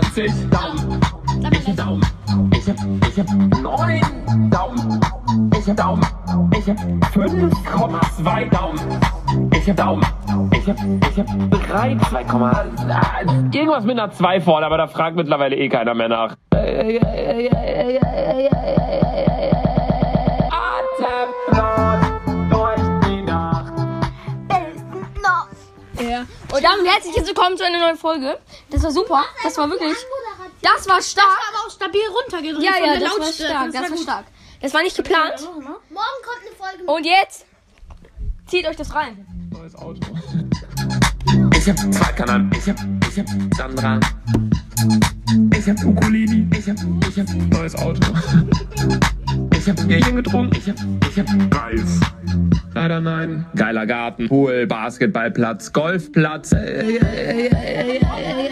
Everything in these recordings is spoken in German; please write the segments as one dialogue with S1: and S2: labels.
S1: Daumen. Ich hab Daumen. Ich hab, ich hab neun Daumen. Ich hab Daumen. Ich hab 5,2 Daumen. Ich hab Daumen. Ich hab, ich hab drei 2,1. Irgendwas mit einer 2 vorne, aber da fragt mittlerweile eh keiner mehr nach. Atemlos durch die Nacht.
S2: Ja. Und damit herzlich willkommen zu einer neuen Folge. Das war super. Das war wirklich. Das war stark.
S3: aber auch stabil runtergedreht.
S2: Ja,
S3: von
S2: ja,
S3: der
S2: das war
S3: Lautstärke.
S2: stark. Das war
S3: gut.
S2: stark. Das war nicht geplant.
S4: Morgen kommt eine Folge mit
S2: Und jetzt zieht euch das rein.
S1: neues Auto. Ich hab zwei Kanan, ich hab, ich hab Sandra. Ich hab Ukulele, ich hab, ich hab neues Auto. Ich hab Bierchen getrunken, ich hab, ich hab Reis. Leider nein. Geiler Garten, Pool, Basketballplatz, Golfplatz. Äh, äh, äh, äh, äh,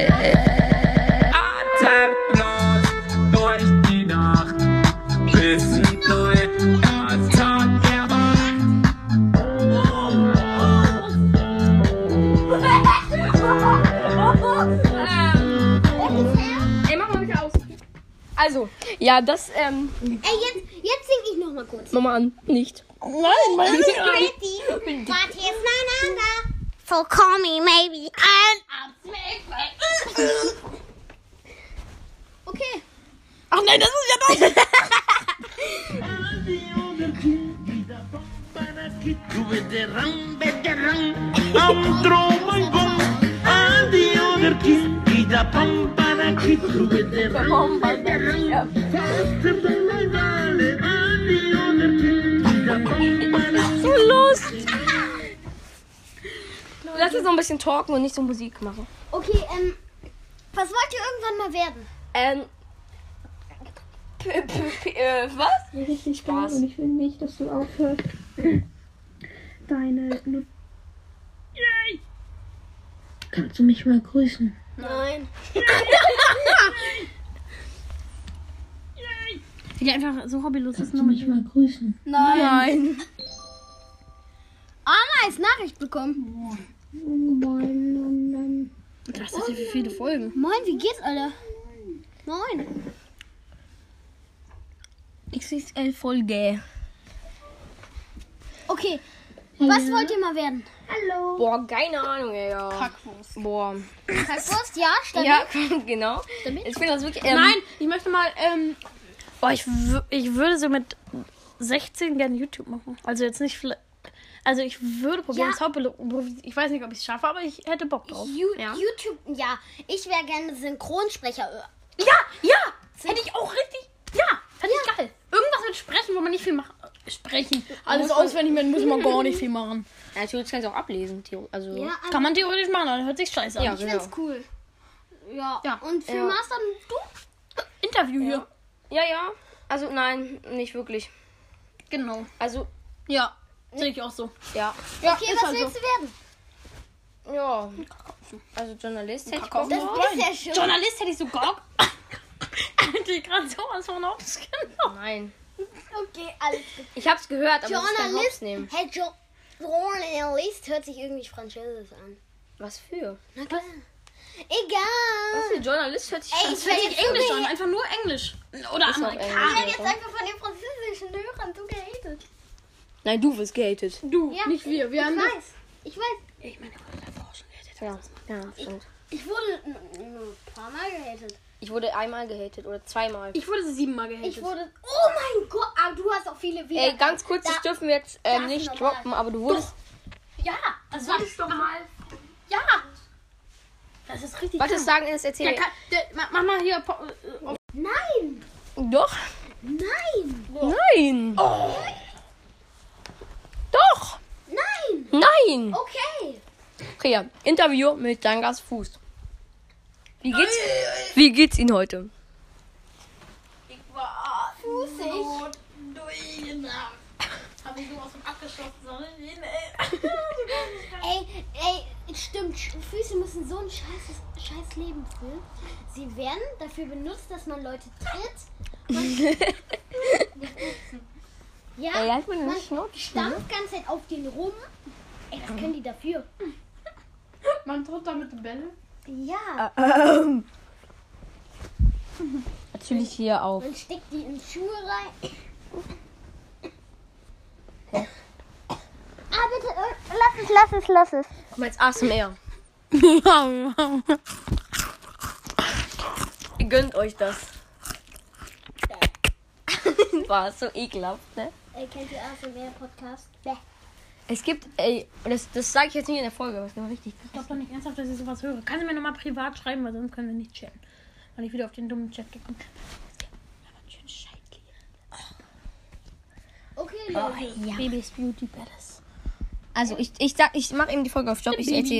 S1: äh. Atemlos durch die Nacht. Bis neu. Das Tag der Wahl.
S2: Ey, mach mal bitte aus. Also, ja, das, ähm,
S4: Ey, jetzt, jetzt sing ich nochmal kurz.
S2: mach mal an. Nicht.
S4: Pretty, but here's another. So call me maybe and I'll smack my- Okay.
S2: Ach nein, das ist ja doch. so los. Lass uns noch ein bisschen talken und nicht so Musik machen.
S4: Okay, ähm, was wollt ihr irgendwann mal werden?
S2: Ähm. P p p äh, was?
S5: richtig
S2: Spaß.
S5: Spaß. Und ich will nicht, dass du aufhörst, deine. Nu Yay! Kannst du mich mal grüßen?
S2: Nein.
S3: Die einfach so hobbylos ist.
S5: Kannst du mich mal grüßen?
S4: Nein.
S2: Nein.
S4: Anna ist Ah, Nachricht bekommen.
S5: Moin, moin, moin.
S3: Das hat ja wie viele Folgen.
S4: Moin, wie geht's, Alter? Moin.
S2: XXL Folge.
S4: Okay, was wollt ihr mal werden?
S2: Boah, keine Ahnung, ey, ja. Boah.
S4: Kackwurst, ja? Stabil?
S2: Ja, genau.
S4: Stabil?
S2: Ich finde das wirklich. Ähm,
S3: Nein, ich möchte mal. Ähm, oh, ich, wü- ich würde so mit 16 gerne YouTube machen. Also jetzt nicht vielleicht. Also ich würde probieren,
S4: Ja.
S3: das Hauptberuf. Ich weiß nicht, ob ich es schaffe, aber ich hätte Bock drauf.
S4: You
S3: ja.
S4: YouTube, ja. Ich wäre gerne Synchronsprecher.
S3: Ja, ja, hätte ich auch richtig. Ja, fände ich geil. Irgendwas mit Sprechen, wo man nicht viel machen. Sprechen. Alles auswendig, man muss man gar nicht viel machen.
S2: Natürlich kannst du auch ablesen. Theo- Also.
S4: Ja, aber
S3: Kann man theoretisch machen, aber hört sich scheiße an.
S2: Ja,
S4: ich
S2: genau.
S4: find's cool. Ja.
S3: Ja.
S4: Und für
S2: Ja.
S4: Master du?
S3: Interview hier.
S2: Ja, ja. Also, nein, nicht wirklich.
S3: Genau.
S2: Also,
S3: Ja, sehe ich auch so.
S2: ja.
S4: okay,
S3: ist
S4: was
S3: halt
S4: willst du werden?
S2: Ja. Also, Journalist hätte ich Bock
S3: Kakao.
S2: drauf.
S4: Das ist ja schon.
S3: Journalist hätte ich sogar. hätte ich gerade sowas von aufgenommen.
S2: Nein.
S4: Okay, alles
S3: Also
S4: gut.
S2: Ich hab's gehört, aber das kann Hops
S4: Journalist.
S2: nehmen.
S4: Hey, jo Journalist hört sich irgendwie französisch an.
S2: Was für?
S4: Na klar. Egal.
S2: Was für Journalist hört sich
S4: Ey, ich werde jetzt,
S3: Englisch
S4: von
S3: an,
S4: den-
S3: einfach nur Englisch. Oder
S2: Ist auch
S3: Amerikanisch.
S4: ich werd
S2: Englisch,
S4: jetzt
S2: oder?
S4: einfach von den französischen Hörern so gehatet.
S2: Nein, du wirst gehatet.
S3: Du,
S4: Ja,
S3: nicht wir. Wir
S4: Ich
S3: haben das.
S4: weiß. Ich weiß.
S3: Ich meine, Forschung hätte
S2: Ja, ja, stimmt.
S4: Ich wurde n- n- ein paar Mal gehatet.
S2: Ich wurde einmal gehatet oder zweimal.
S3: Ich wurde siebenmal gehatet.
S4: Ich wurde. Oh mein Gott, aber du hast auch viele wieder.
S2: Ey, ganz kurz, das
S4: Da-
S2: dürfen wir jetzt ähm,
S4: das
S2: nicht
S4: ist normal.
S2: droppen, aber du wurdest.
S4: Ja,
S3: das war Ah. doch mal.
S4: ja.
S3: Das ist richtig.
S2: Warte, sagen ist
S3: Der
S2: erzähl.
S3: kann, der, ma- mach mal hier. Po- äh, auf-
S4: Nein,
S2: Doch. Oh.
S4: nein,
S2: Nein. Doch.
S4: nein.
S2: Nein.
S4: Okay.
S2: Priya, Interview mit Dangas Fuß. Wie geht's? Wie geht's Ihnen heute?
S4: Fußig.
S3: Hab ich sowas von abgeschossen, sondern
S4: Ey, ey, stimmt. Sch- Füße müssen so ein scheißes, scheiß Leben führen. Sie werden dafür benutzt, dass man Leute tritt. Man ja,
S2: Ey, halt mal den
S4: man
S2: Schnauze,
S4: stampft ganz Zeit auf den rum. Ey, was können die dafür?
S3: Man droht damit die Bälle.
S4: Ja.
S2: natürlich hier auf.
S4: Man steckt die in Schuhe rein. ah, bitte, äh, lass es, lass es, lass es.
S2: Komm jetzt ASMR. Ihr gönnt euch das. War so ekelhaft, ne?
S4: Äh, kennt ihr ASMR-Podcast? Bäh.
S2: Es gibt, ey, und das, das sage ich jetzt nicht in der Folge, aber es gibt richtig.
S3: Ich glaube doch nicht ernsthaft, dass ich sowas höre. Kannst du mir nochmal privat schreiben, weil sonst können wir nicht chatten. Weil ich wieder auf den dummen Chat gekommen bin. Aber ein schönes Scheitli.
S4: Okay, Leute.
S2: Baby's Beauty Palace. Also ich, ich sag, ich mache eben die Folge auf Stopp. Ich erzähle